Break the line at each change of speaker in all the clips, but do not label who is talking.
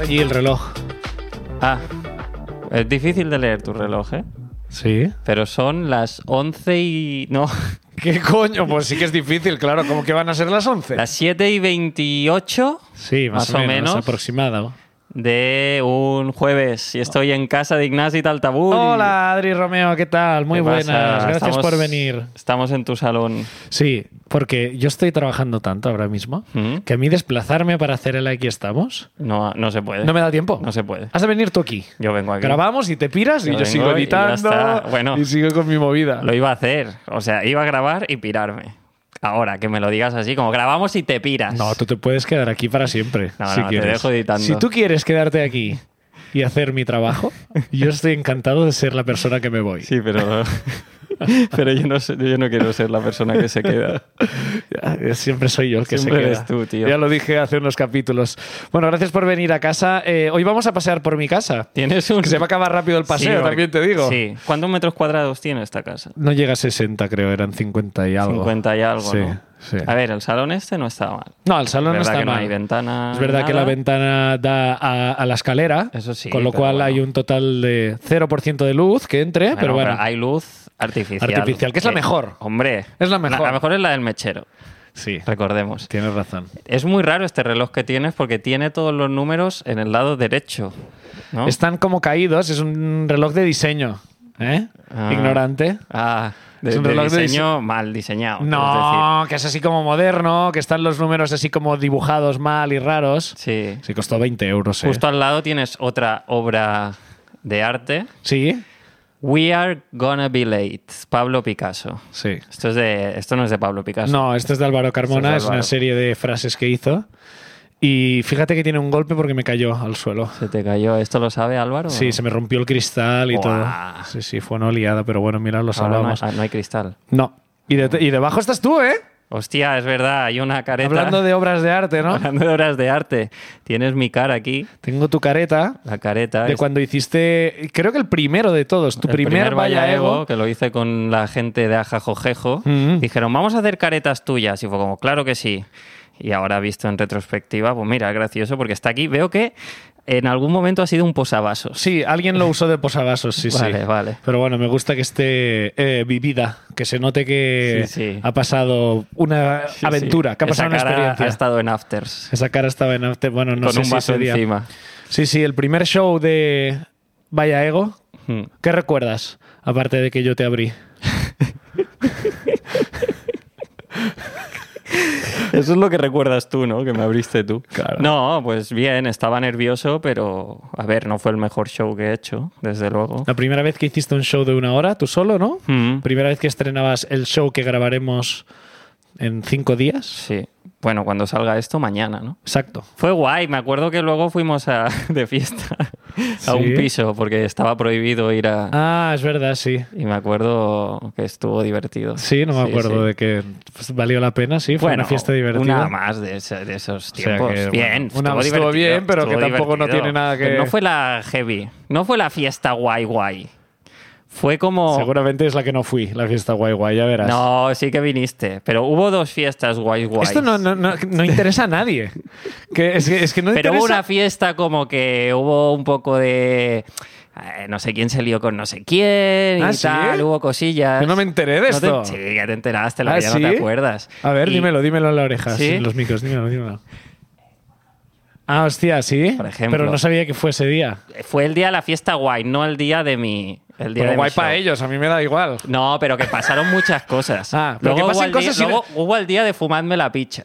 allí el reloj.
Ah, es difícil de leer tu reloj, ¿eh?
Sí.
Pero son las 11 y... No,
¿Qué coño? Pues sí que es difícil, claro. ¿Cómo que van a ser las 11?
las 7 y 28
Sí, más, o menos, aproximado.
de un jueves. Y estoy en casa de Ignasi Taltabú.
Hola, Adri Romeo, ¿qué tal? Muy
¿Qué
buenas,
pasa?
gracias
Estamos-
por venir.
Estamos en tu salón.
Sí, porque yo estoy trabajando tanto ahora mismo
¿Mm?
que a mí desplazarme para hacer el aquí estamos
No, no se puede.
no me da tiempo.
No se puede.
Has de venir tú aquí.
Yo vengo aquí.
Grabamos y te piras y
Yo
yo,
vengo
sigo
y ya
editando
está. Bueno.
y sigo con mi movida.
Lo iba a hacer. O sea, iba a grabar y pirarme. Ahora, que me lo digas así, como grabamos y te piras.
No, tú te puedes quedar aquí para siempre.
No,
si
no, te
quieres.
dejo editando.
Si tú quieres quedarte aquí y hacer mi trabajo, yo estoy encantado de ser la persona que me voy.
Sí, pero... pero yo no, sé- yo no quiero ser la persona que se queda.
Ya, Ah, Siempre soy yo el que
Siempre
se queda.
eres tú, tío.
Ya lo dije hace unos capítulos. Bueno, gracias por venir a casa. Eh, hoy vamos a pasear por mi casa.
Tienes un...
Que se va a acabar rápido el paseo,
Sí, porque-
también te digo.
Sí. ¿Cuántos metros cuadrados tiene esta casa?
No llega a 60, creo, eran 50 y algo.
50 y algo,
Sí,
¿no?
sí.
A ver, el salón este no está mal.
No, el salón no
Es verdad
está
que no
mal.
hay ventana
Es verdad
ni
que la eh,
nada.
ventana da a, a la escalera.
Eso sí,
Con lo
pero
cual
bueno.
hay un total de 0% de luz que entre,
Bueno,
pero bueno.
Ah, hay luz artificial. Eh,
Artificial, que es la mejor.
Hombre.
Es la mejor.
La, mejor es la del mechero,
Sí,
recordemos.
tienes razón.
Es muy raro este reloj que tienes porque tiene todos los números en el lado derecho. ¿no?
Están como caídos, es un reloj de diseño. ¿eh?
Ah.
Ignorante.
Ah, de,
Es un
de
reloj de
diseño mal diseñado.
No, que es así como moderno, que están los números así como dibujados mal y raros.
es decir, sí.
Sí, costó 20 euros. eh.
Justo al lado tienes otra obra de arte.
Sí,
We are gonna be late, Pablo Picasso.
sí.
Esto, es de, esto no es de Pablo Picasso.
No, este es de Álvaro Carmona,
Este
es,
es de Álvaro.
una serie de frases que hizo. Y fíjate que tiene un golpe porque me cayó al suelo.
Se te cayó. ¿Esto lo sabe Álvaro?
Sí, se me rompió el cristal y
Buah.
todo. Sí, sí, fue una liada, pero bueno, mira, lo
Ahora no, hay, Mm.
salvamos.
ah, no hay cristal.
No. Y, de- y debajo estás tú, ¿eh?
Hostia, es verdad, hay una careta.
Hablando de obras de arte, ¿no?
hablando de obras de arte. Tienes mi cara aquí,
Tengo tu careta
la careta.
de
es-
cuando hiciste, creo que el primero de todos, tu
el
primer, Vaya Ego.
que lo hice con la gente de Ajajojejo.
Mm.
Dijeron, vamos a hacer caretas tuyas. Y fue como, claro que sí. Y ahora visto en retrospectiva, pues mira, gracioso porque está aquí. Veo que en algún momento ha sido un posavasos.
Sí, alguien lo usó de posavasos, sí,
Vale,
sí.
vale.
Pero bueno, me gusta que esté eh, vivida, que se note que
Sí, sí.
ha pasado una
Sí,
aventura,
sí.
que ha
Esa
pasado una
cara
experiencia.
Ha estado en afters.
Esa cara estaba en arte, bueno, no
con
sé
un
si
vaso
ese día.
encima.
Sí, sí, el primer show de Vaya Ego.
Mm.
¿Qué recuerdas? Aparte de que yo te abrí.
Eso es lo que recuerdas tú, ¿no? Que me abriste tú.
Claro.
No, pues bien, estaba nervioso, pero a ver, no fue el mejor show que he hecho, desde luego.
La primera vez que hiciste un show de una hora, tú solo, ¿no?
Mm,
Primera vez que estrenabas el show que grabaremos en cinco días.
sí. Bueno, cuando salga esto, mañana, ¿no?
Exacto.
Fue guay, me acuerdo que luego fuimos a, de fiesta a
Sí.
un piso porque estaba prohibido ir a...
Ah, es verdad, sí.
Y me acuerdo que estuvo divertido.
Sí, no me acuerdo
sí.
de que pues, valió la pena, sí, fue
Bueno,
una fiesta divertida.
Una más de, ese- de esos
sea
tiempos.
que,
bien,
bueno, una
estuvo,
estuvo
divertido,
bien, pero que
estuvo
tampoco no
divertido.
tiene nada que-
Pero No fue la heavy, no fue la fiesta guay guay. Fue como...
Seguramente es la que no fui, la fiesta guay guay, ya verás.
No, sí que viniste, pero hubo dos fiestas guay guay.
Esto no, no- no- no interesa a nadie. Que es, que, es que no
Pero hubo
interesa.
una fiesta como que hubo un poco de... eh, No sé quién se lió con no sé quién y
¿Ah, sí?
tal, hubo cosillas.
Yo no me enteré de
No te-
esto.
sí, que te enteraste, la
¿Ah,
vida
sí?
no te acuerdas.
A ver,
Y,
dímelo, dímelo en la oreja,
¿Sí?
sin los micros, dímelo, dímelo. Ah, hostia, sí.
Por ejemplo.
Pero no sabía que fue ese día.
Fue el día de la fiesta guay, no el día de mi... El día
Pero
de mi
guay
show.
para ellos, a mí me da igual.
No, pero que pasaron muchas cosas.
Ah, pero que
hubo
pasen
el día-
cosas y no-
luego hubo el día de fumadme la picha.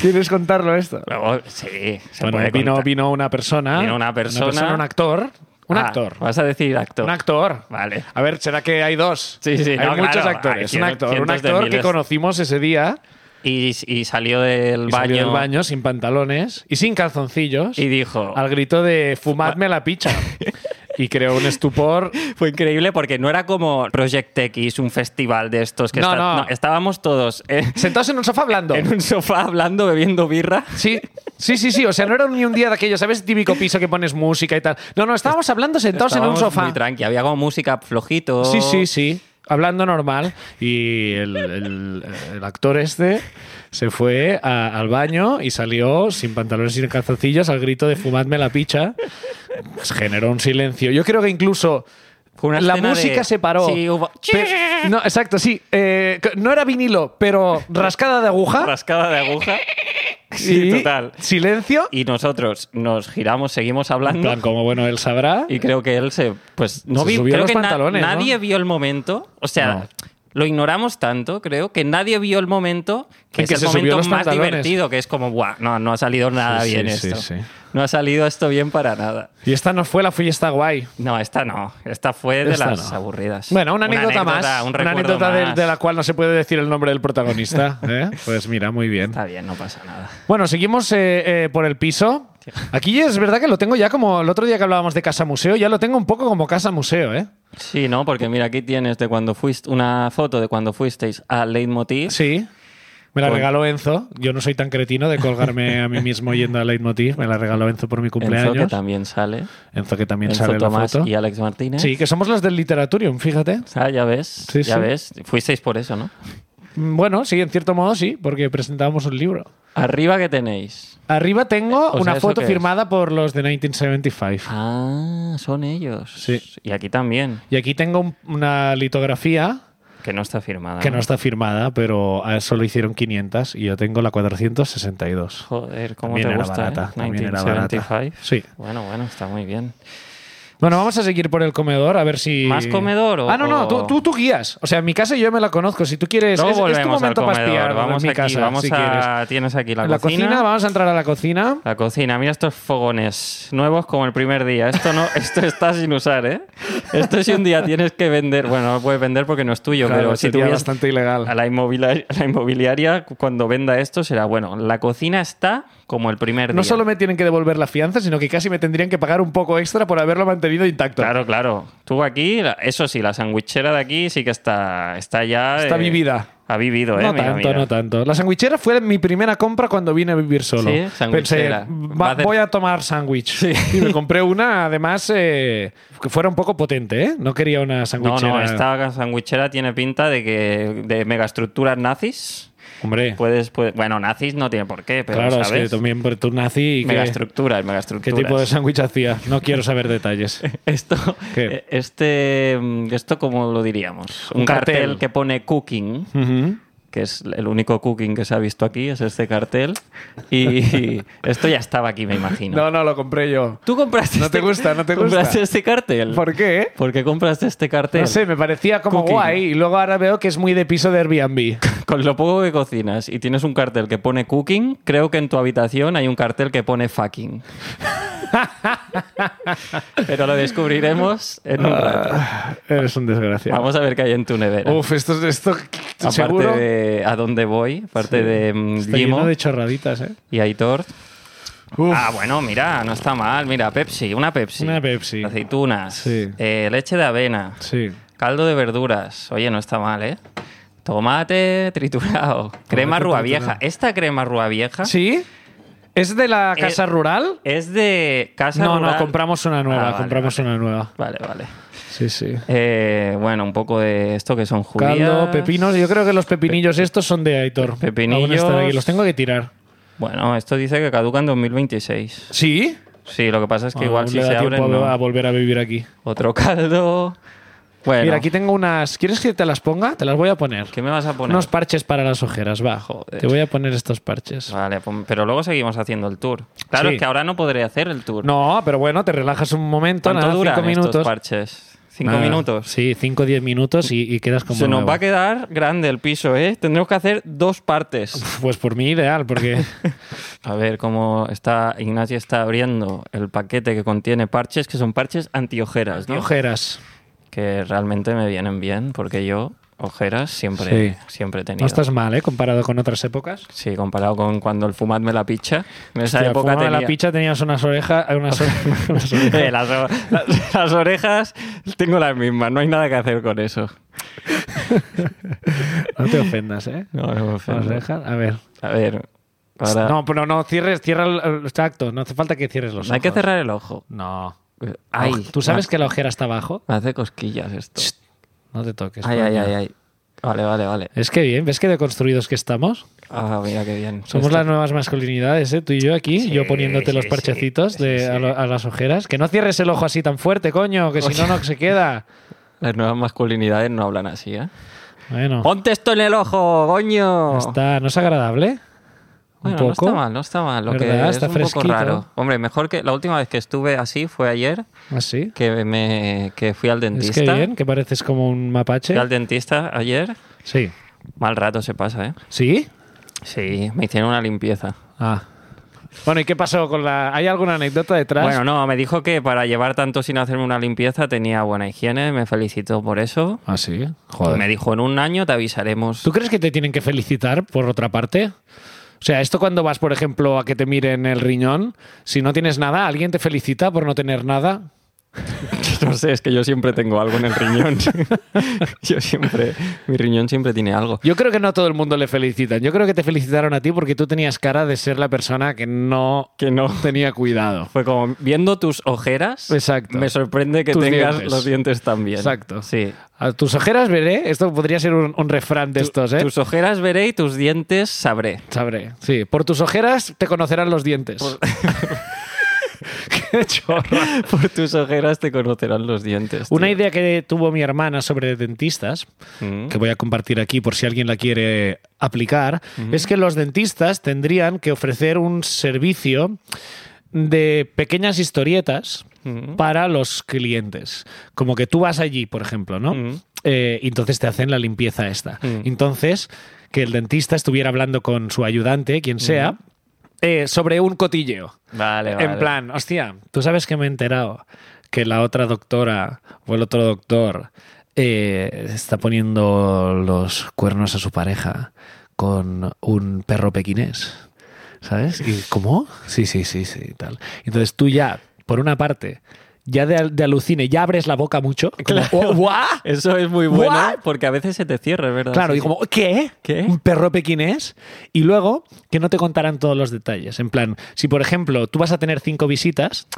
¿Quieres contarlo esto?
Luego, sí, se
Bueno,
puede
vino,
contar.
vino una persona.
Vino una persona.
un actor. Un
Ah,
actor.
Vas a decir actor.
Un actor.
Vale.
A ver, ¿será que hay dos?
Sí, sí,
Hay
no,
muchos
claro,
actores.
hay
un actor, un
cientos de
actor que
miles.
conocimos ese día.
Y, y salió del
y
baño.
salió del baño sin pantalones y sin calzoncillos.
Y dijo.
al grito de fumadme la picha. y creó un estupor.
Fue increíble porque no era como Project X, un festival de estos que
No,
está-
no.
estábamos todos eh,
Sentados en un sofá hablando.
en un sofá hablando, bebiendo birra.
Sí, sí, sí, sí. O sea, no era ni un día de aquello, ¿sabes? Típico piso que pones música y tal. No, no, estábamos hablando sentados en un
Estábamos
sofá.
Muy tranqui, había como música flojito.
Sí, sí, sí. hablando normal y el, el- el actor este se fue a- al baño y salió sin pantalones y sin calzoncillos al grito de fumadme la picha. Pues generó un silencio. Yo creo que incluso
Fue una
la
escena
música
de-
se paró.
Sí, hubo-
Pe- no, exacto, sí. Eh, c- no era vinilo, pero rascada de aguja.
Rascada de aguja. Sí,
y
total.
Silencio.
Y nosotros nos giramos, seguimos
En
hablando.
plan, como bueno él sabrá.
Y creo que él se. Pues no
Se
vi-
subió
creo
los
que na-
pantalones, ¿no?
nadie vio el momento. O sea,
No.
lo ignoramos tanto, creo, que nadie vio el momento que
En
es
que
el
se subió
momento
los
más
pantalones.
divertido, que es como, Buah, no, no ha salido nada
Sí, sí,
bien
sí,
esto.
sí.
No ha salido esto bien para nada.
Y esta no fue la fiesta guay.
No, esta no. Esta fue de
Esta
las
no.
aburridas.
Bueno, una anécdota, más.
un
una
recuerdo
anécdota de,
más.
de la cual no se puede decir el nombre del protagonista. ¿eh? Pues mira, muy bien.
Está bien, no pasa nada.
Bueno, seguimos eh, eh, por el piso. Aquí es verdad que lo tengo ya como el otro día que hablábamos de casa museo, ya lo tengo un poco como casa museo, ¿eh?
Sí, ¿no? Porque mira, aquí tienes de cuando fuiste una foto de cuando fuisteis a Leitmotiv.
Sí. Me la
Con-
regaló Enzo. Yo no soy tan cretino de colgarme a mí mismo yendo a Leitmotiv. Me la regaló Enzo por mi
Enzo,
cumpleaños.
que también sale.
Enzo, que también
Enzo
sale en la
Tomás
foto.
y Alex Martínez.
Sí, que somos los del Literaturium, fíjate.
Ah, ya ves,
Sí,
ya
sí.
ves. Fuisteis por eso, ¿no?
Mm, Bueno, sí, en cierto modo sí, porque presentábamos un libro.
Arriba que tenéis.
Arriba tengo
Eh, O sea,
una
¿eso
foto
qué es?
firmada por los de 1975.
Ah, son ellos.
Sí.
Y aquí también,
Y aquí tengo un- una litografía
que no está firmada.
que no está firmada, pero a- solo hicieron 500 y yo tengo la 462.
Joder, cómo
También
te
era
gusta,
barata,
¿eh?
también era barata.
1975.
Sí.
Bueno, bueno, está muy bien.
Bueno, vamos a seguir por el comedor, a ver si...
¿Más comedor o-
Ah, no, no, tú, tú, tú guías. O sea, en mi casa yo me la conozco. Si tú quieres...
Luego
es- es, tu
volvemos al
momento para espiar
comedor.
en
Vamos
mi
aquí,
casa,
vamos
si quieres.
a... Tienes aquí la,
En la cocina. vamos a entrar a la cocina.
La cocina, mira estos fogones nuevos como el primer día. Esto no, esto está sin usar, ¿eh? Esto si un día tienes que vender, bueno, no lo puedes vender porque no es tuyo,
Claro,
pero si
sería
tuvieras
bastante ilegal.
a la inmobiliaria, la inmobiliaria cuando venda esto será bueno. La cocina está como el primer día.
No solo me tienen que devolver la fianza, sino que casi me tendrían que pagar un poco extra por haberlo mantenido intacto.
Claro, claro. Tú aquí, la- eso sí, la sandwichera de aquí sí que está, está ya.
Está vivida.
Ha vivido, ¿eh?
No
Mira,
tanto,
mira.
no tanto. La sandwichera fue mi primera compra cuando vine a vivir solo.
Sí,
Pensé,
sandwichera.
"Va-
Va a hacer-
voy a tomar sándwich. Y me compré una, además, eh, que fuera un poco potente, ¿eh? No quería una
No,
sandwichera.
no, esta sandwichera tiene pinta de que de megaestructuras nazis.
Hombre,
Puedes, puede- bueno, nazis no tiene por qué, pero
claro,
¿sabes?
es que también por tu nazi y qué,
megaestructuras,
qué
megaestructuras.
tipo de sándwich hacía. No quiero saber detalles.
Esto,
¿Qué?
este, mm, esto cómo lo diríamos?
Un
Un cartel.
cartel.
que pone cooking,
Ujú.
que es el único cooking que se ha visto aquí, es este cartel. Y esto ya estaba aquí, me imagino.
No, no, lo compré yo.
Tú compraste.
No te gusta, no te gusta.
Compraste este cartel.
¿Por qué?
¿Por qué compraste este cartel?
No sé, me parecía como
Cooking.
guay y luego ahora veo que es muy de piso de Airbnb.
Con lo poco que cocinas y tienes un cartel que pone cooking, creo que en tu habitación hay un cartel que pone fucking. Pero lo descubriremos en
Ah,
un rato.
Eres un desgraciado.
Vamos a ver qué hay en tu nevera.
Uf, esto, esto
Ah, aparte
seguro
de a dónde voy, aparte de mm,
está
Jimo
lleno de chorraditas, ¿eh?
y Aitor.
Uf.
Ah, bueno, mira, no está mal. Mira, Pepsi, una Pepsi.
Una Pepsi.
Aceitunas.
Sí.
eh, leche de avena.
Sí.
Caldo de verduras. Oye, no está mal, ¿eh? Tomate triturado. Crema ruabieja.
triturado.
Esta crema ruabieja
¿Sí? ¿Es de la
¿Ah? Eh,
casa rural?
es de casa
No,
rural.
no, compramos una nueva,
Ah, vale,
compramos
vale.
una nueva.
Vale, vale.
Sí, sí.
Eh, bueno, un poco de esto que son judías.
Caldo, pepinos. Yo creo que los pepinillos estos son de Aitor.
Pepinillos.
Aún están aquí, Los tengo que tirar.
Bueno, esto dice que caduca en 2026.
¿Sí?
Sí, lo que pasa es que
Ah,
igual
Aún
si
le da
se abren...
tiempo a-
no.
a volver a vivir aquí.
Otro caldo. Bueno,
Mira, aquí tengo unas. ¿Quieres que te las ponga? Te las voy a poner.
¿qué me vas a poner?
Unos parches para las ojeras, va.
Joder.
Te voy a poner estos parches.
Vale, pon- pero luego seguimos haciendo el tour. Claro,
Sí.
es que ahora no podré hacer el tour.
No, pero bueno, te relajas un momento,
¿Cuánto
nada,
duran
cinco
estos
minutos.
parches? ¿Cinco
Nada,
minutos?
Sí, pues cinco o diez minutos y, y quedas como.
Se nos
nuevo.
va a quedar grande el piso, ¿eh? Tendremos que hacer dos partes.
Pues por mí ideal, porque.
A ver cómo está Ignacio está abriendo el paquete que contiene parches, que son parches antiojeras, ¿no?
ojeras.
Que realmente me vienen bien, porque yo ojeras siempre,
Sí.
siempre he tenido.
No estás mal, ¿eh? Comparado con otras épocas.
Sí, comparado con cuando el fumadme la picha. En esa
Hostia,
época
fumaba
tenía...
la picha tenías unas orejas. Unas ore- unas orejas.
Eh, las, o- las- las orejas tengo las mismas, no hay nada que hacer con eso.
No te ofendas, ¿eh?
No, no me
Las
ofendo.
orejas. A ver.
A ver, ahora...
No, pero no, cierres, cierra el. Exacto, no hace falta que cierres los
no hay que
ojos.
cerrar el ojo.
No.
Ay,
¿Tú sabes que la ojera está abajo?
Me hace cosquillas esto.
No te toques.
Ay, ay,
coño.
ay, ay. Vale, vale, vale.
Es que bien, ¿ves qué deconstruidos que estamos?
Ah, mira qué bien.
Somos
Esto-
las nuevas masculinidades, ¿eh? Tú y yo aquí,
Sí,
yo poniéndote los
sí,
parchecitos
sí,
de,
sí,
A,
sí.
lo- a las ojeras. Que no cierres el ojo así tan fuerte, coño, que si
Oye.
no, no se queda.
las nuevas masculinidades no hablan así, ¿eh?
Bueno,
¡Ponte esto en el ojo, coño!
está, ¿no es agradable? Un
Bueno,
poco.
no está mal, no está mal. Lo
¿Verdad?
que es
Está
un
fresquito.
poco raro. Hombre, mejor que la última vez que estuve así fue ayer,
Así.
que me que fui
¿Ah,
al
Es
dentista.
que bien, que pareces como un mapache.
Fui al dentista ayer.
Sí.
Mal rato se pasa, ¿eh?
¿Sí?
Sí, me hicieron una limpieza.
Ah. Bueno, ¿y qué pasó con la. ¿Hay alguna anécdota detrás?
Bueno, no, me dijo que para llevar tanto sin hacerme una limpieza tenía buena higiene, me felicitó por eso.
Ah, sí.
Y me dijo, en un año te avisaremos.
¿Tú crees que te tienen que felicitar por otra parte? O sea, esto cuando vas, por ejemplo, a que te miren el riñón, si no tienes nada, ¿alguien te felicita por no tener nada?
No sé, es que yo siempre tengo algo en el riñón. yo siempre, mi riñón siempre tiene algo.
Yo creo que no a todo el mundo le felicitan. Yo creo que te felicitaron a ti porque tú tenías cara de ser la persona que no
Que no.
tenía cuidado.
Fue como, viendo tus ojeras,
Exacto.
me sorprende que
Tus
tengas
dientes.
los dientes tan bien.
Exacto.
Sí.
A tus ojeras veré. Esto podría ser un, un refrán de estos, ¿eh?
Tus ojeras veré y tus dientes sabré.
Sabré. Sí, por tus ojeras te conocerán los dientes. Qué chorro.
Por tus ojeras te conocerán los dientes.
Una
tío.
idea que tuvo mi hermana sobre dentistas,
Mm.
que voy a compartir aquí por si alguien la quiere aplicar, es que los dentistas tendrían que ofrecer un servicio de pequeñas historietas
Mm.
para los clientes. Como que tú vas allí, por ejemplo, ¿no?
Mm.
Eh, y entonces te hacen la limpieza esta.
Mm.
Entonces, que el dentista estuviera hablando con su ayudante, quien sea, eh, sobre un cotilleo.
Vale, vale.
En plan, hostia, tú sabes que me he enterado que la otra doctora o el otro doctor eh, está poniendo los cuernos a su pareja con un perro pequinés. ¿Sabes? ¿Y cómo? Sí, sí, sí, sí, tal. Entonces tú ya, por una parte, ya de, de alucine, ya abres la boca mucho. Como, "Oh, ¿guá?".
Eso es muy bueno
¿What?
porque a veces se te cierra, es ¿verdad?
Claro,
Ah, Sí,
y como, ¿qué?
¿Qué?
¿Un perro pequinés? Y luego, que no te contarán todos los detalles. En plan, si por ejemplo tú vas a tener cinco visitas,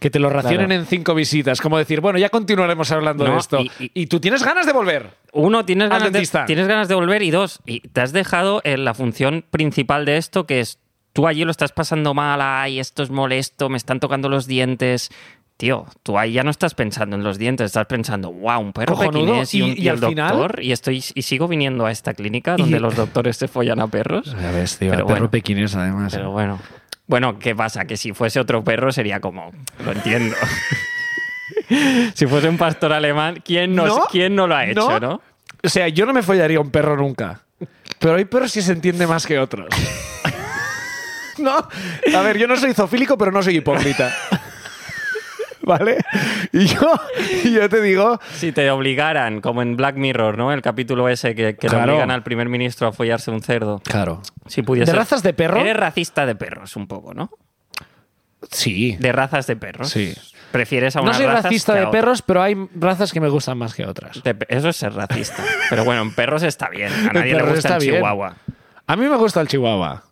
que te lo racionen
Claro.
en cinco visitas. Como decir, bueno, ya continuaremos hablando
No,
de esto.
y-
Y,
y-
tú tienes ganas de volver.
Uno, tienes
Al
ganas, de,
dentista.
tienes ganas de volver y dos, y te has dejado en la función principal de esto, que es tú allí lo estás pasando mal, ay, esto es molesto, me están tocando los dientes. Tío, tú ahí ya no estás pensando en los dientes, estás pensando, wow, un perro
Cojonudo,
pequinés y, un,
y-
y
y
el
al final-
doctor, y, estoy, y sigo viniendo a esta clínica donde
Y-
los doctores se follan a perros.
Ya ves, tío,
Pero
el perro
bueno.
pequinés además.
Pero bueno. Bueno, ¿qué pasa? Que si fuese otro perro sería como, lo entiendo. si fuese un pastor alemán, ¿quién no,
¿No?
¿quién no lo ha
¿No?
hecho, no?
O sea, yo no me follaría a un perro nunca. Pero hay perros que se entiende más que otros. ¿No? A ver, yo no soy zofílico, pero no soy hipócrita. ¿Vale? Y yo, y yo te digo,
Si te obligaran, como en Black Mirror, ¿no? El capítulo ese que, que le
Claro.
obligan al primer ministro a follarse un cerdo.
Claro.
Si pudiese.
¿De razas de perro?
Eres racista de perros, un poco, ¿no?
Sí.
De razas de perros.
Sí.
Prefieres a
No
unas
soy
razas
racista
que a
de
otras.
perros, pero hay razas que me gustan más que otras.
De pe- Eso es ser racista. Pero bueno, en perros está bien. A nadie le
perros
gusta el
está bien.
chihuahua.
A mí me gusta el chihuahua.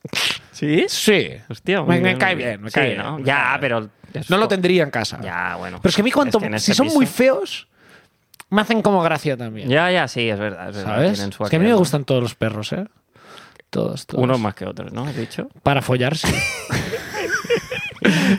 ¿Sí?
Sí.
Hostia, muy
me, me
muy
cae bien, me
Sí,
cae
¿no?
bien.
Ya, pero. es
No lo
co-
tendría en casa.
Ya, bueno.
Ah. Pero es que a mí cuanto...
Es que en
si
este
son muy
piso-
feos, me hacen como gracia también.
Ya, ya, sí, es verdad. es verdad,
¿Sabes?
tienen su
Es que a mí me
aquel, ¿no?
gustan todos los perros, ¿eh? Todos, todos.
Unos más que otros, ¿no? ¿Has dicho?
Para follarse.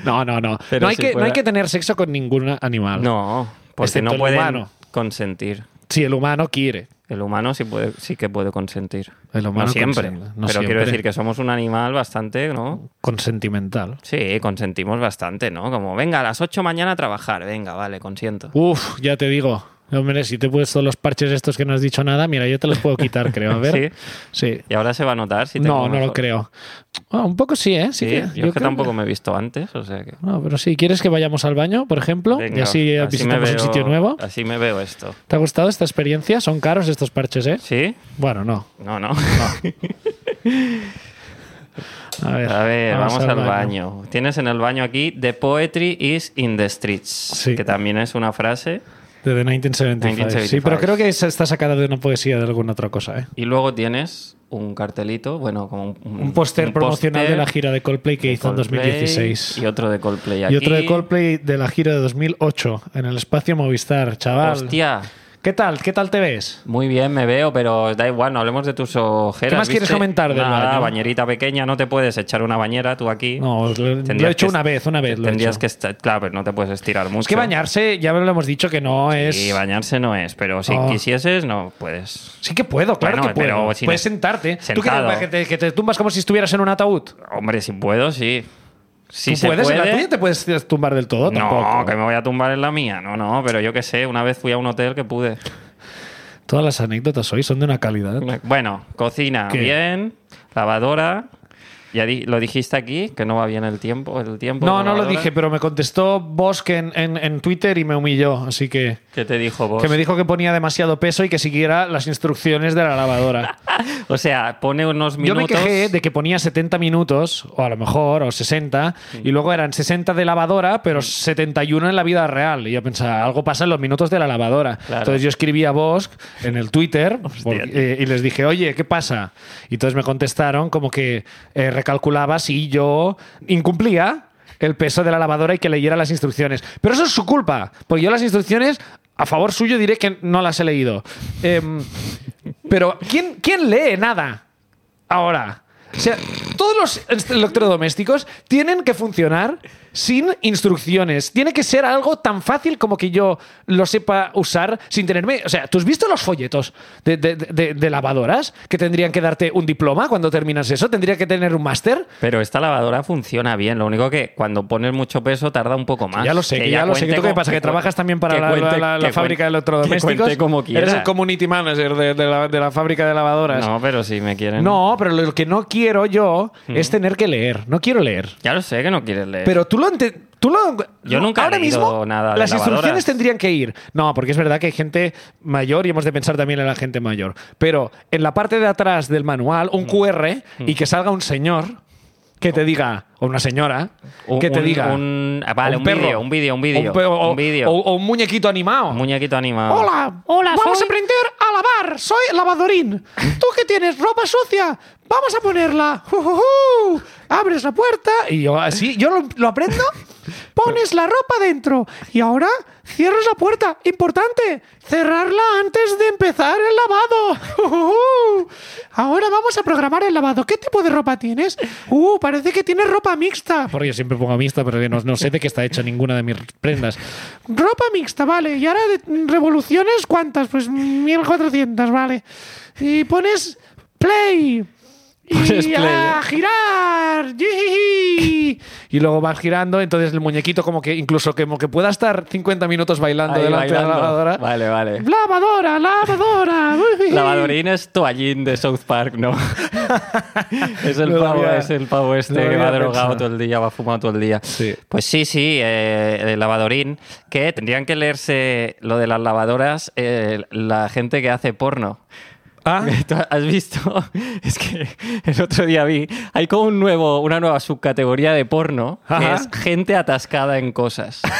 no, no, no.
Pero
No hay,
si
que, no
fuera-
hay que tener sexo con ningún animal.
No, porque
Excepto
no
el
pueden
humano.
consentir.
Si el humano quiere.
El humano sí, puede, sí que puede consentir.
El humano
no siempre.
consiente, no
pero quiero
siempre.
decir que somos un animal bastante, ¿no?
Consentimental.
Sí, consentimos bastante, ¿no? Como, venga, a las 8 mañana a trabajar. Venga, vale, consiento.
Uf, ya te digo. Hombre, si te he puesto los parches estos que no has dicho nada, mira, yo te los puedo quitar, creo. A ver. Sí.
Y ahora se va a notar si tengo
no, no lo
mejor-
creo. Ah, un poco sí, ¿eh? Sí,
Sí,
que-
yo, es
creo
que tampoco me he visto antes, o sea que...
No, pero sí. ¿Quieres que vayamos al baño, por ejemplo? y
Venga,
así, eh,
así
visitamos
me
un
veo-
sitio nuevo.
Así me veo esto.
¿Te ha gustado esta experiencia? Son caros estos parches, ¿eh?
¿Sí?
Bueno, no.
No, no.
A ver,
A ver, vamos, al baño. Tienes en el baño aquí The Poetry is in the Streets,
Sí.
que también es una frase.
De The 1975.
1975.
Sí, pero creo que esa está sacada de una poesía de alguna otra cosa. ¿eh?
Y luego tienes un cartelito, bueno, como un,
Un póster
Mm, un
promocional
póster
de la gira de Coldplay que
de
hizo en
Coldplay
2016.
Y otro de Coldplay aquí.
Y otro de Coldplay de la gira de 2008 en el espacio Movistar, chaval.
Hostia,
¿Qué tal? ¿Qué tal te ves?
Muy bien, me veo, pero da igual, no hablemos de tus ojeras.
¿Qué más quieres comentar del
Nada,
baño?
bañerita pequeña, no te puedes echar una bañera tú aquí.
No, lo, lo
Tendrías
he hecho
que-
una vez, una vez. Lo he
Tendrías
hecho.
que estar, claro, pero no te puedes estirar mucho.
Es que bañarse, ya lo hemos dicho que no es.
Y bañarse no es, pero si
Oh.
quisieses no puedes.
Sí que puedo, claro
Bueno,
que puedo.
pero si
Puedes
no-
sentarte. ¿Tú qué
Sentado.
te- que te, que te tumbas como si estuvieras en un ataúd?
Hombre, si puedo, sí. Si
¿Tú
se
puedes? ¿En la
puede-
tuya te puedes tumbar del todo?
No,
Tampoco. ¿eh?
que me voy a tumbar en la mía. No, no, pero yo qué sé, una vez fui a un hotel que pude.
Todas las anécdotas hoy son de una calidad.
Bueno, cocina
¿Qué?
bien, lavadora. Ya di- lo dijiste aquí, que no va bien el tiempo. El tiempo
No,
de
no lo
lavadora.
dije, pero me contestó Bosque en, en- en Twitter y me humilló. Así que.
¿Qué te dijo vos?
Que me dijo que ponía demasiado peso y que siguiera las instrucciones de la lavadora.
O sea, pone unos
Yo
minutos.
me quejé de que ponía 70 minutos, o a lo mejor, o 60, y luego eran 60 de lavadora, pero 71 en la vida real. Y yo pensaba, algo pasa en los minutos de la lavadora.
Claro.
Entonces yo escribí a Bosch en el Twitter porque- eh, y les dije, oye, ¿qué pasa? Y entonces me contestaron como que eh, recalculaba si yo incumplía el peso de la lavadora y que leyera las instrucciones. Pero eso es su culpa, porque yo las instrucciones, a favor suyo, diré que no las he leído. Em, pero ¿quién, quién lee nada ahora? O sea, todos los est- electrodomésticos tienen que funcionar sin instrucciones. Tiene que ser algo tan fácil como que yo lo sepa usar sin tenerme... O sea, ¿tú has visto los folletos de, de- de- de lavadoras que tendrían que darte un diploma cuando terminas eso? ¿Tendría que tener un máster?
Pero esta lavadora funciona bien. Lo único que cuando pones mucho peso tarda un poco más.
Ya lo sé, que ya lo sé.
Ah, cuente
¿Tú ¿Qué
como-
pasa? ¿Que
cuen-
trabajas también para
que
la,
cuente-
la- la
que cuen-
fábrica de electrodomésticos?
Que cuente como
Eres el
quiera.
community manager de, de la, de la fábrica de lavadoras.
No, pero si me quieren.
No, pero lo que no quiero yo
Mm.
es tener que leer. No quiero leer.
Ya lo sé que no quieres leer.
Pero tú lo ente- tú lo-
Yo nunca he
ahora
leído
mismo
nada de
las instrucciones
lavadoras.
tendrían que ir. No, porque es verdad que hay gente mayor y hemos de pensar también en la gente mayor. Pero en la parte de atrás del manual,
Mm.
un QR y que salga un señor que te diga o una señora
Un-
que te
un-
diga
un- ah, vale,
o
un
perro,
vídeo, un vídeo, un vídeo,
pe- o,
un vídeo.
o- o un muñequito animado.
Un muñequito animado.
Hola, vamos a aprender a lavar. Soy lavadorín. Tú que tienes ropa sucia, vamos a ponerla. Ju, ju, ju. Abres la puerta y yo así, yo lo, lo aprendo. Pones la ropa dentro y ahora cierras la puerta. Importante, cerrarla antes de empezar el lavado. Ju, ju, ju. ¡Oh! Ahora vamos a programar el lavado. ¿Qué tipo de ropa tienes? Uh, parece que tienes ropa mixta. Porque yo siempre pongo mixta, pero que no, no sé de qué está hecha ninguna de mis prendas. Ropa mixta, vale. Y ahora de- revoluciones, ¿cuántas? Pues 1400, vale. Y pones play. Y
Pones play,
a girar. Yihihi. Y luego vas girando, entonces el muñequito como que incluso como que pueda estar 50 minutos bailando
Ahí
delante de la
bailando.
lavadora.
Vale, vale.
Lavadora, lavadora. ujihi.
Lavadorín es toallín de South Park, ¿no? es, el
No lo
pavo,
había-
es el pavo
no
este
lo
que va
había
drogado
pensado.
todo el día, va fumado todo el día.
Sí.
Pues sí, sí, eh, el lavadorín, que tendrían que leerse lo de las lavadoras eh, la gente que hace porno.
Ah.
¿Tú ¿Has visto? Es que el otro día vi, hay como un nuevo, una nueva subcategoría de porno, que
Ajá.
es gente atascada en cosas.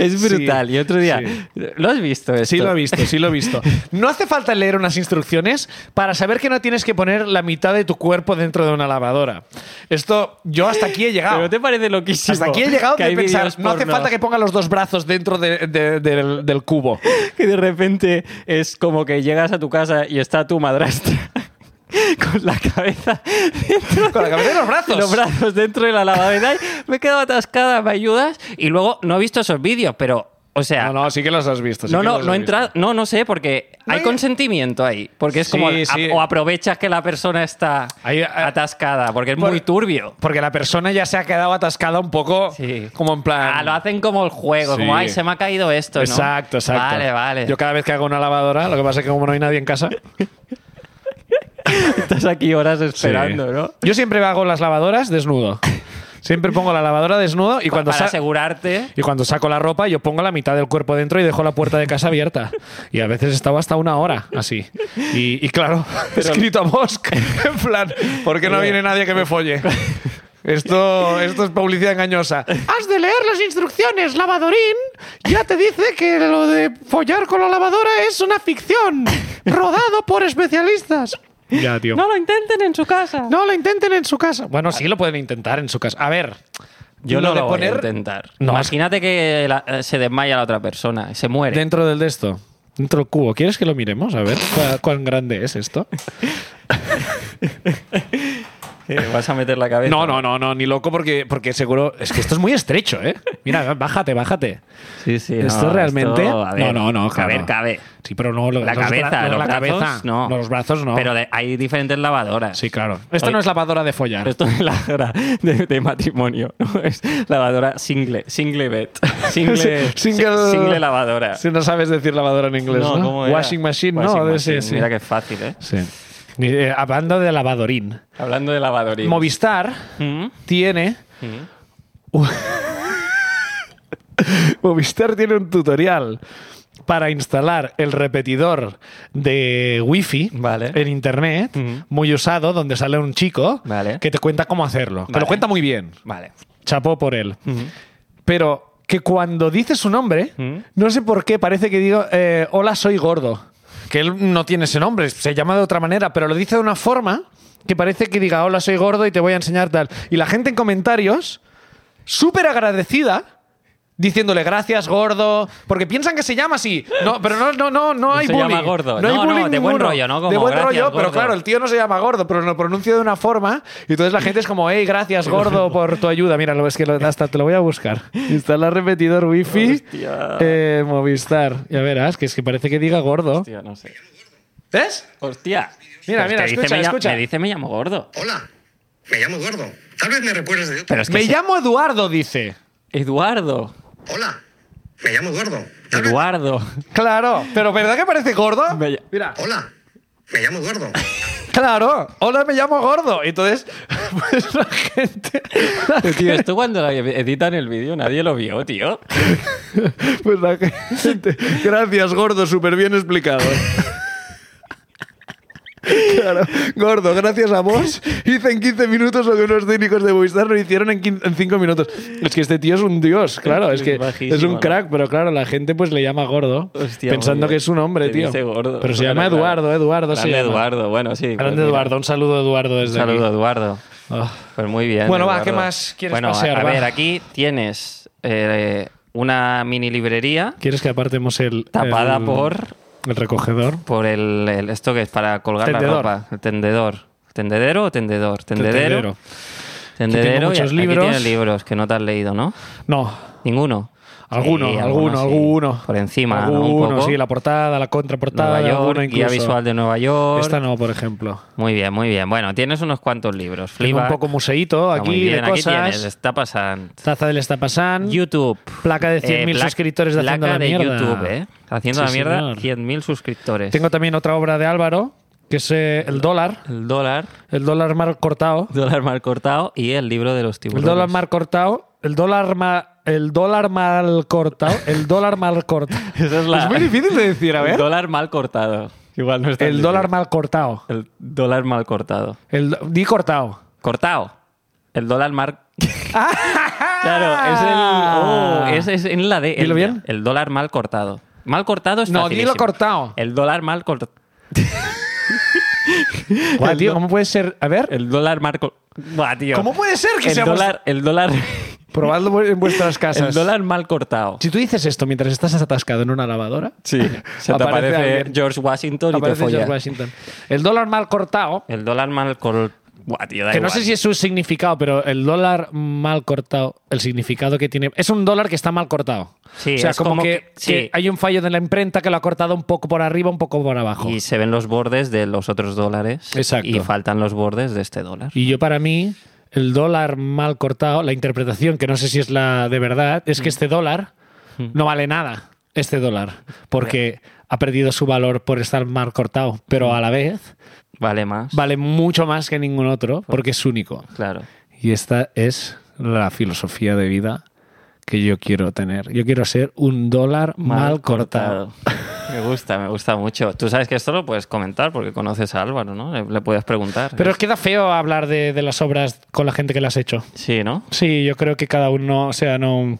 es brutal.
Sí,
y otro día,
sí.
¿lo has visto? Esto?
Sí lo he visto, sí lo he visto. No hace falta leer unas instrucciones para saber que no tienes que poner la mitad de tu cuerpo dentro de una lavadora. Esto, yo hasta aquí he llegado.
¿Pero no te parece loquísimo?
Hasta aquí he llegado
que
de
hay
pensar,
vídeos
no hace
porno
falta que ponga los dos brazos dentro de- de- del, del cubo.
que de repente es como que llegas a tu casa y está tu madrastra con la cabeza dentro
Con la cabeza y los brazos.
los brazos dentro de la lavadora. Ay, Me he quedado atascada, ¿me ayudas? Y luego no he visto esos vídeos, pero, o sea,
No, no, sí que los has visto. sí
No,
que
no,
los
no
has
entra, no, no sé, porque
No
hay,
hay-
consentimiento ahí. Porque es como,
Sí,
a-
sí.
o aprovechas que la persona está
Ahí, ah,
atascada, porque es
por-
muy turbio.
visto. Porque la persona ya se ha quedado atascada un poco,
Sí.
como en plan.
Ah, lo hacen como el juego,
Sí.
como, ay, se me ha caído esto, ¿no?
Exacto, exacto.
Vale, vale.
Yo cada vez que hago una lavadora, lo que pasa es que como no hay nadie en casa,
Estás aquí horas
Sí.
esperando, ¿no?
Yo siempre hago las lavadoras desnudo. Siempre pongo la lavadora desnudo y cuando,
Para
sa-
asegurarte.
y cuando saco la ropa yo pongo la mitad del cuerpo dentro y dejo la puerta de casa abierta. Y a veces estaba hasta una hora así. Y, y claro, he escrito a Bosch Eh. en plan, ¿por qué no viene nadie que me folle? Esto, esto es publicidad engañosa. Has de leer las instrucciones, lavadorín. Ya te dice que lo de follar con la lavadora es una ficción, rodado por especialistas. Ya, tío.
lo intenten en su casa.
No, lo intenten en su casa. Bueno, sí lo pueden intentar en su casa. A ver,
Yo
lo
no
de
lo voy
poner-
a intentar.
No,
Imagínate que la- eh, se desmaya la otra persona, se muere.
Dentro del de esto. Dentro del cubo. ¿Quieres que lo miremos? A ver cuá- cuán grande es esto.
¿Qué? ¿Vas a meter la cabeza?
No, no, no, no, ni loco porque, porque seguro. Es que esto es muy estrecho, ¿eh? Mira, bájate, bájate.
Sí, sí. no,
esto realmente.
a ver,
no, no, no,
A
claro.
ver, cabe.
Sí, pero no lo-
La
los
cabeza,
bra- no,
los
la
brazos,
cabeza.
no.
Los brazos no.
Pero de- hay diferentes lavadoras.
sí, claro. Esto
Oye.
no es lavadora de follar.
Esto es lavadora de, de matrimonio. ¿no? Es lavadora single, single bed. Single,
Single-
single lavadora.
Si no sabes decir lavadora en inglés, ¿no?
¿cómo era?
Washing machine,
Washing
no. de-
machine.
sí, sí.
Mira que fácil, ¿eh?
Sí. Ni- eh, hablando de lavadorín.
Hablando de lavadoría.
Movistar
¿Mm?
tiene.
¿Mm?
Movistar tiene un tutorial para instalar el repetidor de wifi
Vale.
en internet,
Ujú.
muy usado, donde sale un chico
Vale.
que te cuenta cómo hacerlo. Te lo
Vale.
cuenta muy bien.
Vale.
Chapó por él.
Ujú.
Pero que cuando dice su nombre,
Ujú.
no sé por qué, parece que digo, eh, hola, soy gordo. Que él no tiene ese nombre, se llama de otra manera, pero lo dice de una forma que parece que diga, hola, soy gordo y te voy a enseñar tal. Y la gente en comentarios, súper agradecida, diciéndole gracias, gordo, porque piensan que se llama así. No, pero no, no, no, no hay
se
bullying.
llama gordo.
hay
No, no,
bullying
de buen
ninguno.
rollo, ¿no?
de
Como,
buen
"Gracias,
rollo, pero
gordo".
claro, el tío no se llama gordo, pero lo pronuncia de una forma y entonces la gente es como, hey, gracias, gordo, por tu ayuda. Mira, lo- es que lo- hasta te lo voy a buscar. Instalar repetidor wifi,
Hostia.
eh, Movistar. Ya verás, que es que parece que diga gordo.
Hostia, no sé.
¿Ves?
Hostia.
Mira,
Pues
mira,
te dice,
escucha,
me, lla-
escucha.
me dice me llamo gordo.
Hola, me llamo Gordo. Tal vez me recuerdes de otro.
Pero es que
Me
se-
llamo Eduardo, dice.
Eduardo.
Hola, me llamo Gordo. Tal vez-
Eduardo.
Claro, pero ¿verdad que parece gordo?
Me ll-
Mira.
Hola, me llamo Gordo.
Claro, hola, me llamo gordo. Entonces, pues la gente, la
Tío, esto cuando editan el vídeo nadie lo vio, tío.
Pues la gente. Gracias, gordo, súper bien explicado. eh. Claro, gordo, gracias a vos. Hice en 15 minutos lo que unos técnicos de Movistar lo hicieron en 15 en 5 minutos. Es que este tío es un dios, claro, es
Es
que
bajísimo,
es un
¿no?
crack, pero claro, la gente pues le llama gordo,
Hostia,
pensando
muy bien.
que es un hombre,
Te
tío.
dice gordo.
Pero se llama
Claro, claro.
Eduardo, Eduardo se
Grande
llama.
Eduardo, bueno, sí. pues
Grande
mira.
Eduardo, un saludo a Eduardo desde
Saludo,
aquí.
Eduardo.
Ah.
Pues muy bien.
Bueno, va,
Eduardo.
¿qué más quieres
bueno, a-
pasear,
A
va?
ver, aquí tienes eh, una mini librería
¿Quieres que apartemos el
tapada
el-
por,
el recogedor?
por el, el- esto que es para colgar
Tendedor.
la ropa, el tendedor. ¿Tendedero o tendedor? Tendedero.
Tendedero. Que tiene
Tendedero. y
muchos
aquí
libros.
tiene libros que no te has leído, ¿no?
No,
Ninguno.
Alguno,
Sí,
alguno,
sí.
alguno.
Por encima, ¿no?
alguno,
Un poco.
sí, la portada, la contraportada,
Nueva York,
alguno
guía
incluso.
visual de Nueva York.
Esta no, por ejemplo.
Muy bien, muy bien. Bueno, tienes unos cuantos libros.
Tengo
Fliba.
un poco museíto aquí de
aquí tienes,
cosas.
está pasando.
Taza del Estapasán.
YouTube.
Mm.
Eh,
Placa de 100.000
placa-
suscriptores de Haciendo
placa
la Mierda.
de YouTube, ¿eh? Haciendo
Sí,
la mierda,
señor.
100.000 suscriptores.
Tengo también otra obra de Álvaro, que es eh, El dólar,
el dólar,
el dólar mal cortado.
dólar mal cortado y el libro de los
El
tiburones.
dólar mal cortado, el dólar mal... El dólar mal cortado, el dólar mal cortado.
Esa es la-
muy difícil ¿eh? de decir, a
El
ver.
dólar mal cortado. Igual no está
El dólar mal cortado.
El dólar mal cortado.
El, do- di cortado.
Cortado. El dólar mal. claro, es el. oh, es, es en la D.
Dilo
el,
bien.
El dólar mal cortado. Mal cortado es
No,
facilísimo.
dilo cortado.
El dólar mal cortado.
Guau, tío, ¿cómo puede ser? A ver.
El dólar mal cor- Buah, tío.
¿Cómo puede ser que
el
seamos-
Dólar, el dólar.
Probadlo vu- en vuestras casas.
El dólar mal cortado.
Si tú dices esto mientras estás atascado en una lavadora,
Sí. Se te
Aparece
aparece,
alguien.
George Washington y te
aparece
folla.
George Washington. El dólar mal cortado,
El dólar mal cortado. Buah, tío, da
que no
igual.
sé si es su significado, pero el dólar mal cortado, el significado que tiene. Es un dólar que está mal cortado.
Sí,
o sea,
es
como,
como
que,
que- sí.
que hay un fallo de la imprenta que lo ha cortado un poco por arriba, un poco por abajo.
Y
Y,
se ven los bordes de los otros dólares.
Exacto.
Y faltan los bordes de este dólar.
yo, para mí, el dólar mal cortado, la interpretación, que no sé si es la de verdad, es que
Mm.
este dólar no vale nada. Este dólar. Porque ha perdido su valor por estar mal cortado, pero a la vez.
Vale más.
vale mucho más que ningún otro porque es único.
Claro.
Y esta es la filosofía de vida que yo quiero tener. Yo quiero ser un dólar mal, cortado.
Me gusta, me gusta mucho. Tú sabes que esto lo puedes comentar porque conoces a Álvaro, ¿no? Le, le puedes preguntar.
Pero queda feo hablar de, de las obras con la gente que las has hecho.
Sí, ¿no?
Sí, yo creo que cada uno, o sea, no...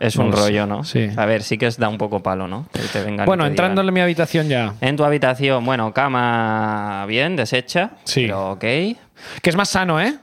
Es
No
un
lo sé.
rollo, ¿no?
Sí.
A ver, sí que es da un poco palo, ¿no? Que te vengan y
Bueno,
te
entrando
digan.
en mi habitación ya,
En tu habitación, bueno, cama bien, deshecha.
Sí.
Pero ok.
que es más sano, ¿eh?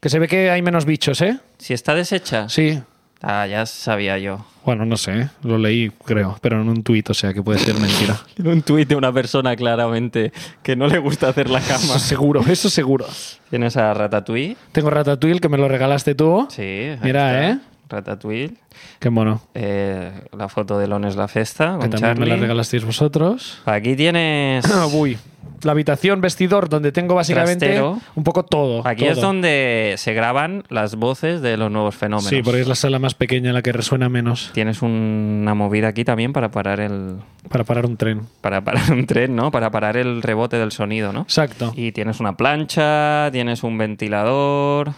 Que se ve que hay menos bichos, ¿eh?
Si está deshecha.
Sí.
Ah, ya sabía yo.
Bueno, no sé, lo leí, creo, pero en un tuit, o sea que puede ser mentira.
En un tuit de una persona claramente que no le gusta hacer la
Eso
cama.
seguro, eso seguro.
¿Tienes a Ratatouille?
Tengo Ratatouille, que me lo regalaste tú.
Sí. ahí
Mira, ¿eh?
Ratatouille.
Qué mono.
Eh, la foto de Lones la Festa
Que
con
también me
Charlie.
la regalasteis vosotros.
Aquí tienes...
Uy, la habitación, vestidor, donde tengo básicamente
Trastero.
un poco todo.
Aquí es
todo.
donde se graban las voces de los nuevos fenómenos.
Sí, porque es la sala más pequeña en la que resuena menos
Tienes una movida aquí también para parar el...
para parar un tren.
Para parar un tren, ¿no? Para parar el rebote del sonido, ¿no?
Exacto.
Y tienes una plancha, tienes un ventilador.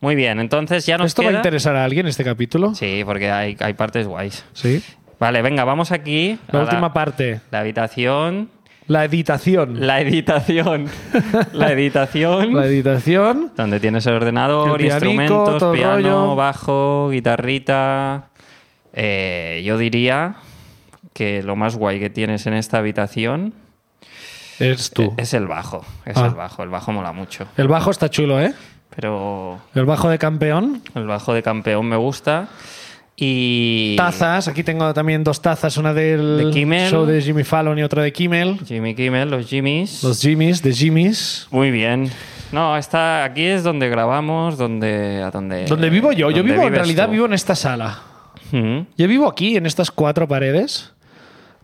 Muy bien, entonces ya nos
¿Esto va a
queda...
interesar a alguien este capítulo?
Sí, porque hay, hay partes guays.
Sí.
Vale, venga, vamos aquí.
La
a
última parte,
La habitación.
la editación.
La editación. la editación.
La editación.
donde tienes el ordenador,
El pianico,
instrumentos,
todo el
piano,
rollo.
bajo, guitarrita. Eh, yo diría que lo más guay que tienes en esta habitación
Es tú.
es el bajo. Es
Ah.
el bajo. El bajo mola mucho.
El bajo está chulo, ¿eh?
Pero
El bajo de campeón.
el bajo de campeón me gusta. Y.
Tazas, aquí tengo también dos tazas, una
De
del
Kimmel.
show de Jimmy Fallon y otra de Kimmel.
Jimmy Kimmel, los Jimmys.
Los Jimmys, de Jimmys.
Muy bien. No, está, aquí es donde grabamos, donde... A donde,
Donde vivo yo, yo
donde
vivo en
Eh, vives
realidad,
tú.
vivo en esta sala.
Ujú.
Yo vivo aquí, en estas cuatro paredes,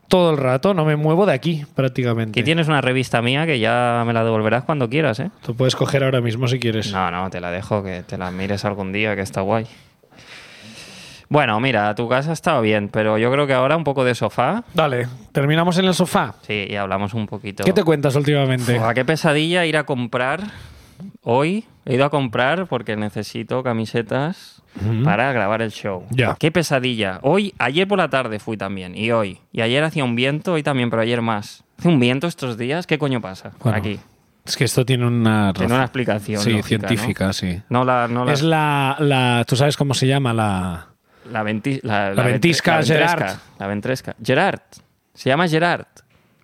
todo el rato, no me muevo de aquí prácticamente.
Aquí tienes una revista mía que ya me la devolverás cuando quieras, ¿eh?
Tú puedes coger ahora mismo si quieres.
No, no, te la dejo, que te la mires algún día, que está guay. Bueno, mira, tu casa ha estado bien, pero yo creo que ahora un poco de sofá.
Dale, terminamos en el sofá.
Sí, y hablamos un poquito.
¿Qué te cuentas últimamente?
Uf, qué pesadilla ir a comprar hoy. He ido a comprar porque necesito camisetas para grabar el show.
Ya.
Qué pesadilla. Hoy, ayer por la tarde fui también y hoy. Y ayer hacía un viento, hoy también, pero ayer más. ¿Hace un viento estos días? ¿Qué coño pasa
Bueno,
aquí?
Es que esto tiene una
Tiene una explicación.
Sí,
lógica, ¿no?
científica, sí.
No, la, no la,
Es la, la- ¿Tú sabes cómo se llama la...?
la, venti- la,
la ventisca
ventre- la ventresca,
Gerard.
La ventresca. Gerard. Se llama Gerard.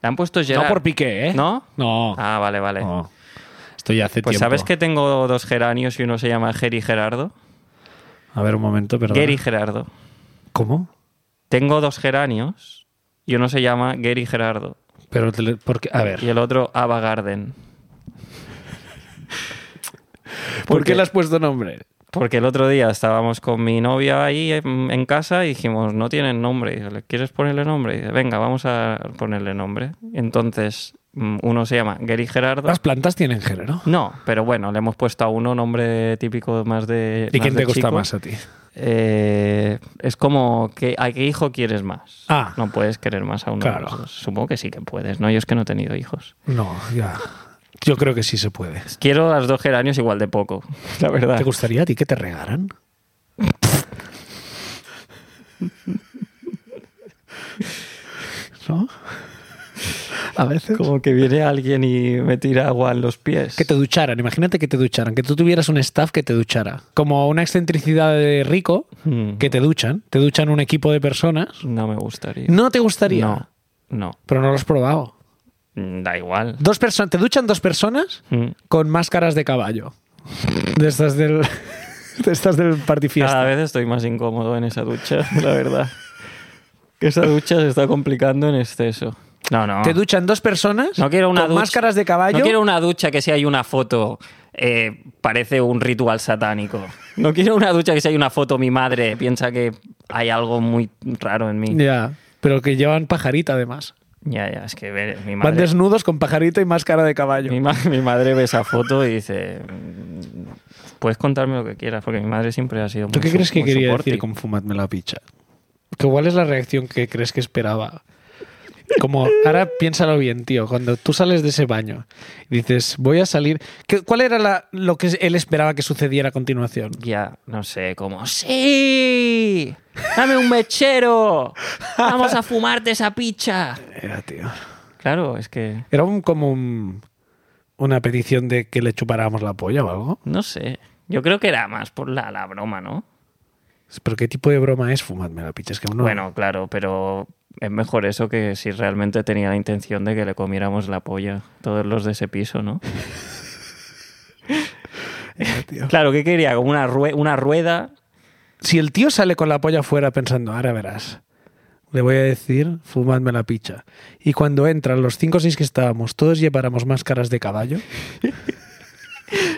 Le han puesto Gerard.
No por Piqué, ¿eh?
¿No?
No.
Ah, vale, vale.
No. Esto ya hace
Pues
tiempo.
¿sabes que tengo dos geranios y uno se llama Geri Gerardo?
A ver, un momento, pero...
Gary Gerardo.
¿Cómo?
Tengo dos geranios y uno se llama Gary Gerardo
Pero, te le- porque, a ver,
y el otro Ava Garden.
¿por qué le has puesto nombre?
Porque el otro día estábamos con mi novia ahí en, en casa y dijimos, no tienen nombre. Y digo, "¿Le ¿Quieres ponerle nombre? Y dice, venga, vamos a ponerle nombre. Entonces, mm, uno se llama Gary Gerardo.
Las plantas tienen género.
No, pero bueno, le hemos puesto a uno nombre típico más de.
¿Y
más
quién
de
te gusta
chico.
más a ti?
Eh, es como, que, ¿a qué hijo quieres más?
Ah.
No puedes querer más a uno. de
Claro.
los dos. Supongo que sí que puedes, ¿no? Yo es que no he tenido hijos.
No, ya. Yo creo que sí se puede.
Quiero a los dos geranios igual de poco, la verdad.
¿Te gustaría a ti que te regaran? ¿No? A veces.
Como que viene alguien y me tira agua en los pies.
Que te ducharan, imagínate que te ducharan, que tú tuvieras un staff que te duchara. Como una excentricidad de rico,
Mm.
que te duchan, te duchan un equipo de personas.
No me gustaría.
No te gustaría.
No, no.
Pero no lo has probado.
Mm, Da igual.
Dos personas, te duchan dos personas
Mm.
con máscaras de caballo. De estas del, de estas del party
Cada
fiesta.
vez estoy más incómodo en esa ducha, la verdad. Que esa ducha se está complicando en exceso. No, no.
Te duchan dos personas
No quiero una
con
ducha.
máscaras de caballo.
No quiero una ducha que si hay una foto eh, parece un ritual satánico. No quiero una ducha que si hay una foto mi madre piensa que hay algo muy raro en mí.
Ya, pero que llevan pajarita además.
Ya, ya, es que ver, mi
Van
madre...
desnudos con pajarita y máscara de caballo.
Mi, ma- mi madre ve esa foto y dice, "Mm, puedes contarme lo que quieras, porque mi madre siempre ha sido
¿Tú
muy
qué
su-
crees que
muy
quería
soporti.
decir con fumadme la picha? Que ¿Cuál es la reacción que crees que esperaba? Como, ahora piénsalo bien, tío, cuando tú sales de ese baño y dices, voy a salir, ¿qué- ¿cuál era la- lo que él esperaba que sucediera a continuación?
Ya, no sé, como, ¡sí! ¡Dame un mechero! ¡Vamos a fumarte esa picha!
Era, tío.
Claro, es que...
Era un- como un- una petición de que le chupáramos la polla o algo.
No sé. Yo creo que era más por la, la broma, ¿no?
Pero ¿qué tipo de broma es fumadme la picha? Es que uno...
Bueno, claro, pero es mejor eso que si realmente tenía la intención de que le comiéramos la polla todos los de ese piso, ¿no?
Era, tío. tío.
Claro, ¿qué quería? Como una, rue- una rueda.
Si el tío sale con la polla afuera pensando, ahora verás, le voy a decir, fumadme la picha. Y cuando entran los 5 o 6 que estábamos, todos lleváramos máscaras de caballo.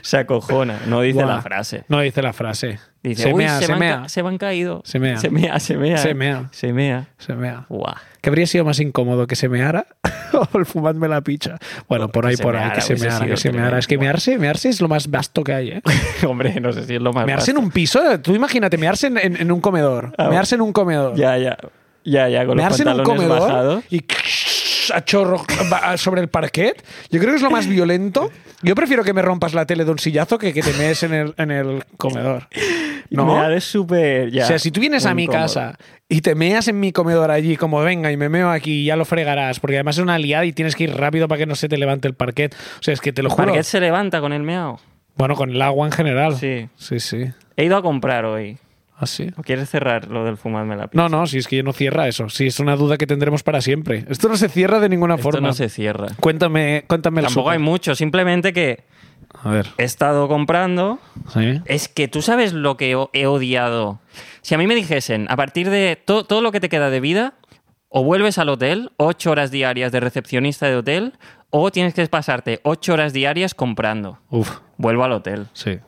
Se acojona. No dice
Guau.
la frase.
No dice la frase.
Dice,
se
"Uy,
mea,
se,
se
me han
mea,
ca- se me han caído.
Se mea.
Se mea, se mea.
Se mea.
Se mea.
se mea.
Guau.
Que habría sido más incómodo que se meara o el fumadme la picha. Bueno,
O
por
que
ahí,
se
por ahí,
meara,
que se
hubiese
meara,
sido
que se meara.
tremendo.
Es que mearse, mearse es lo más vasto que hay, ¿eh?
Hombre, no sé si es lo más.
Mearse en un piso, tú imagínate, mearse en, en- en un comedor.
Ah,
mearse en un comedor.
Ya, ya. Ya, ya, con
mearse en
los
un
pantalones
comedor
bajados.
y a chorro va sobre el parquet. Yo creo que es lo más violento. Yo prefiero que me rompas la tele de un sillazo que que te mees en el, en el comedor. ¿No?
Mear es súper. ya,
o sea, si tú vienes a mi
incómodo.
casa y te meas en mi comedor allí, como venga y me meo aquí, ya lo fregarás, porque además es una liada y tienes que ir rápido para que no se te levante el parquet. O sea, es que te lo juro.
¿Para qué se levanta con el meao?
Bueno, con el agua en general.
Sí.
Sí, sí.
He ido a comprar hoy.
Así.
¿O quieres cerrar lo del fumarme la pipa?
No, no, si es que no cierra eso. Si es una duda que tendremos para siempre. Esto no se cierra de ninguna
Esto
forma.
no se cierra.
Cuéntame, cuéntame el
Tampoco
súper.
hay mucho, simplemente que
A ver.
he estado comprando.
Sí.
Es que tú sabes lo que o- he odiado. Si a mí me dijesen, a partir de to- todo lo que te queda de vida, o vuelves al hotel, ocho horas diarias de recepcionista de hotel, o tienes que pasarte ocho horas diarias comprando.
Uf,
Vuelvo al hotel.
sí.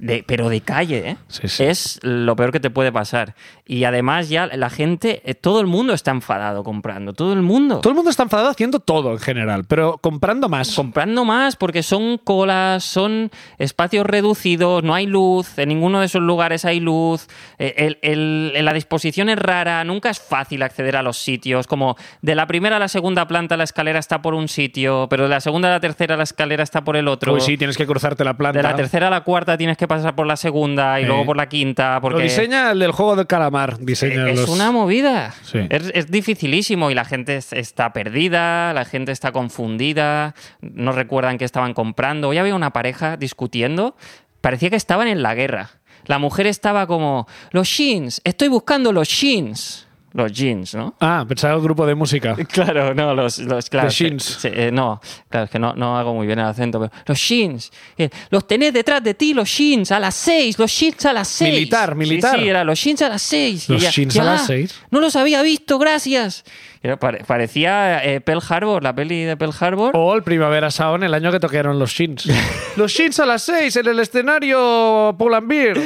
De- pero de calle, ¿eh?
Sí, sí.
Es lo peor que te puede pasar. Y además ya la gente, eh, todo el mundo está enfadado comprando, todo el mundo.
Todo el mundo está enfadado haciendo todo en general, pero comprando más.
comprando más porque son colas, son espacios reducidos, no hay luz, en ninguno de esos lugares hay luz, eh, el- el- la disposición es rara, nunca es fácil acceder a los sitios, como de la primera a la segunda planta la escalera está por un sitio, pero de la segunda a la tercera la escalera está por el otro.
Uy, Pues sí, tienes que cruzarte la planta.
De la tercera a la cuarta tienes que pasar por la segunda y
Sí.
luego por la quinta. Porque
Lo diseña el del juego del calamar. Diseña
Eh, es
los-
una movida.
Sí.
Es, es dificilísimo y la gente es- está perdida, la gente está confundida, no recuerdan qué estaban comprando. Hoy había una pareja discutiendo, parecía que estaban en la guerra. La mujer estaba como, los jeans, estoy buscando los jeans. Los jeans, ¿no?
Ah, pensaba el grupo de música.
Claro, no, los, los claro,
Los
sí,
jeans.
sí, eh, no, claro, es que no, no hago muy bien el acento, pero los jeans. eh, los tenés detrás de ti, los jeans, a las seis, los jeans a las seis.
Militar,
Sí,
militar.
Sí, era los jeans a las seis. y
Los
ella,
jeans a las seis.
No los había visto, gracias. Era pare- parecía eh, Pearl Harbor, la peli de Pearl Harbor.
O el Primavera Sound, el año que tocaron los Shins. los Shins a las 6 en el escenario Paul and Beer.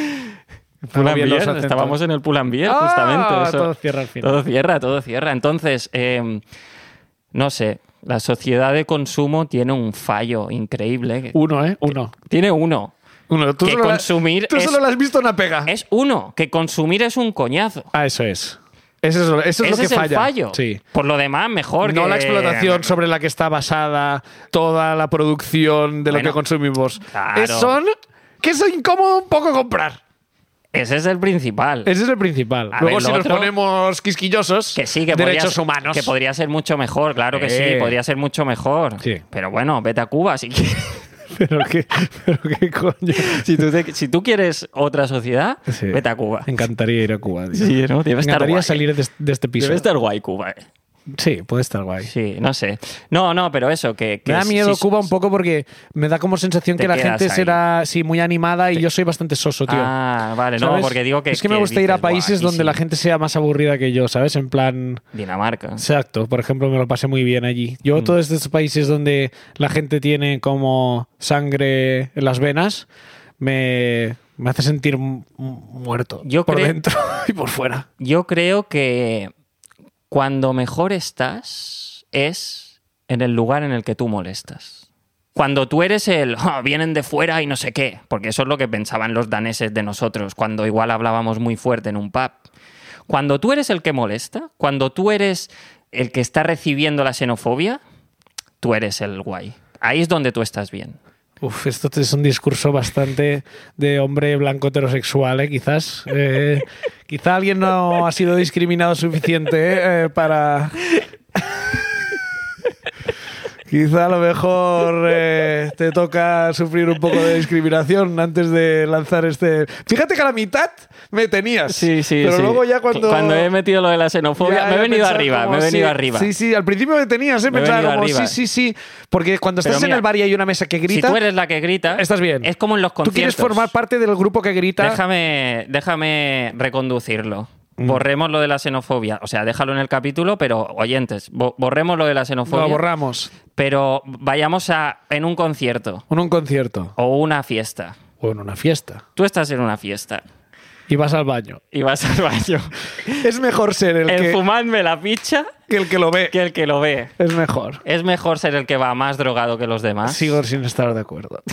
Pull
Hago
and
bien los
Beer,
acentos.
estábamos en el Pulambier,
Ah,
justamente. eso.
todo cierra al final.
Todo cierra, todo cierra. Entonces, eh, no sé, la sociedad de consumo tiene un fallo increíble. que-
Uno, ¿eh? Uno.
Tiene uno.
Uno. Tú
Que
solo la-
consumir
tú
es- Eh,
solo le has visto una pega.
Es uno, que consumir es un coñazo.
Ah, eso es. Eso es, lo- eso es
Ese
lo que
es
falla.
el fallo.
Sí.
Por lo demás, mejor
no
que-
la explotación sobre la que está basada toda la producción de lo
Bueno,
que consumimos.
claro.
Es son que es incómodo un poco comprar.
Ese es el principal.
Ese es el principal.
A
Luego
ver, lo
si
otro-
nos ponemos quisquillosos,
Que sí, que podría
derechos
ser-
humanos.
Que podría ser mucho mejor, claro que
Eh.
sí, podría ser mucho mejor.
Sí.
Pero bueno, vete a Cuba si quieres.
Pero qué, pero qué coño.
Si tú, te- si tú quieres otra sociedad,
Sí.
vete a Cuba.
Me encantaría ir a Cuba. tío.
Sí, ¿no? Debe
Me
estar
encantaría
guay.
salir de, de este piso.
Debe estar guay Cuba, eh.
Sí, puede estar guay.
Sí, no sé. No, no, pero eso, que... que
Me da
si-
miedo
si-
Cuba un poco porque me da como sensación
Te
que la
quedas
gente
ahí.
será sí, muy animada y yo soy bastante soso, tío.
Ah, vale, no,
¿Sabes?
porque digo que...
Es que me gusta ir a
dices, "Buah,
países
aquí
donde
sí".
la gente sea más aburrida que yo, ¿sabes? En plan.
Dinamarca.
Exacto, por ejemplo, me lo pasé muy bien allí. Yo,
Mm.
todos estos países donde la gente tiene como sangre en las venas, me, me hace sentir mu- mu- muerto.
Yo
por
creo-
dentro y por fuera.
Yo creo que cuando mejor estás es en el lugar en el que tú molestas. Cuando tú eres el, "Ah, vienen de fuera y no sé qué, porque eso es lo que pensaban los daneses de nosotros cuando igual hablábamos muy fuerte en un pub. Cuando tú eres el que molesta, cuando tú eres el que está recibiendo la xenofobia, tú eres el guay. Ahí es donde tú estás bien.
Uf, esto es un discurso bastante de hombre blanco heterosexual, ¿eh? quizás. Eh, quizá alguien no ha sido discriminado suficiente ¿eh? Eh, para... Quizá a lo mejor eh, te toca sufrir un poco de discriminación antes de lanzar este. Fíjate que a la mitad me tenías.
Sí, sí,
Pero
sí.
luego ya cuando.
Cuando he metido lo de la xenofobia,
ya
me he
he
venido
pensado
arriba,
como,
me he venido
sí,
arriba.
Sí, sí, al principio me tenías, ¿eh?
Me he
Pensaba
venido
como,
arriba.
sí, sí, sí. Porque cuando
Pero
estás
mira,
en el bar y hay una mesa que
Si
grita,
tú eres la que grita,
estás bien.
es como en los
tú quieres
conciertos.
formar parte del grupo que grita.
Déjame, déjame reconducirlo.
Mm.
Borremos lo de la xenofobia. O sea, déjalo en el capítulo, pero oyentes, bo- borremos lo de la xenofobia.
Lo borramos.
Pero vayamos a en un concierto
En un concierto.
o una fiesta.
O en una fiesta.
Tú estás en una fiesta
Y vas al baño.
y vas al baño.
Es mejor ser el,
El,
que,
fumadme la picha
que el que lo ve.
que el que lo ve.
Es mejor.
Es mejor ser el que va más drogado que los demás.
Sigo sin estar de acuerdo.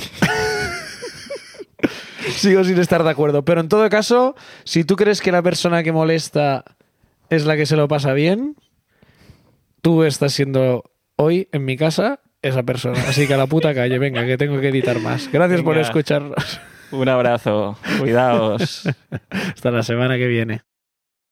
Sigo sin estar de acuerdo. Pero en todo caso, si tú crees que la persona que molesta es la que se lo pasa bien,
Tú estás siendo hoy en mi casa esa persona. Así que a la puta calle, venga, que tengo que editar más. Gracias por
Venga.
escucharnos.
Un abrazo. Cuidaos.
Hasta la semana que viene.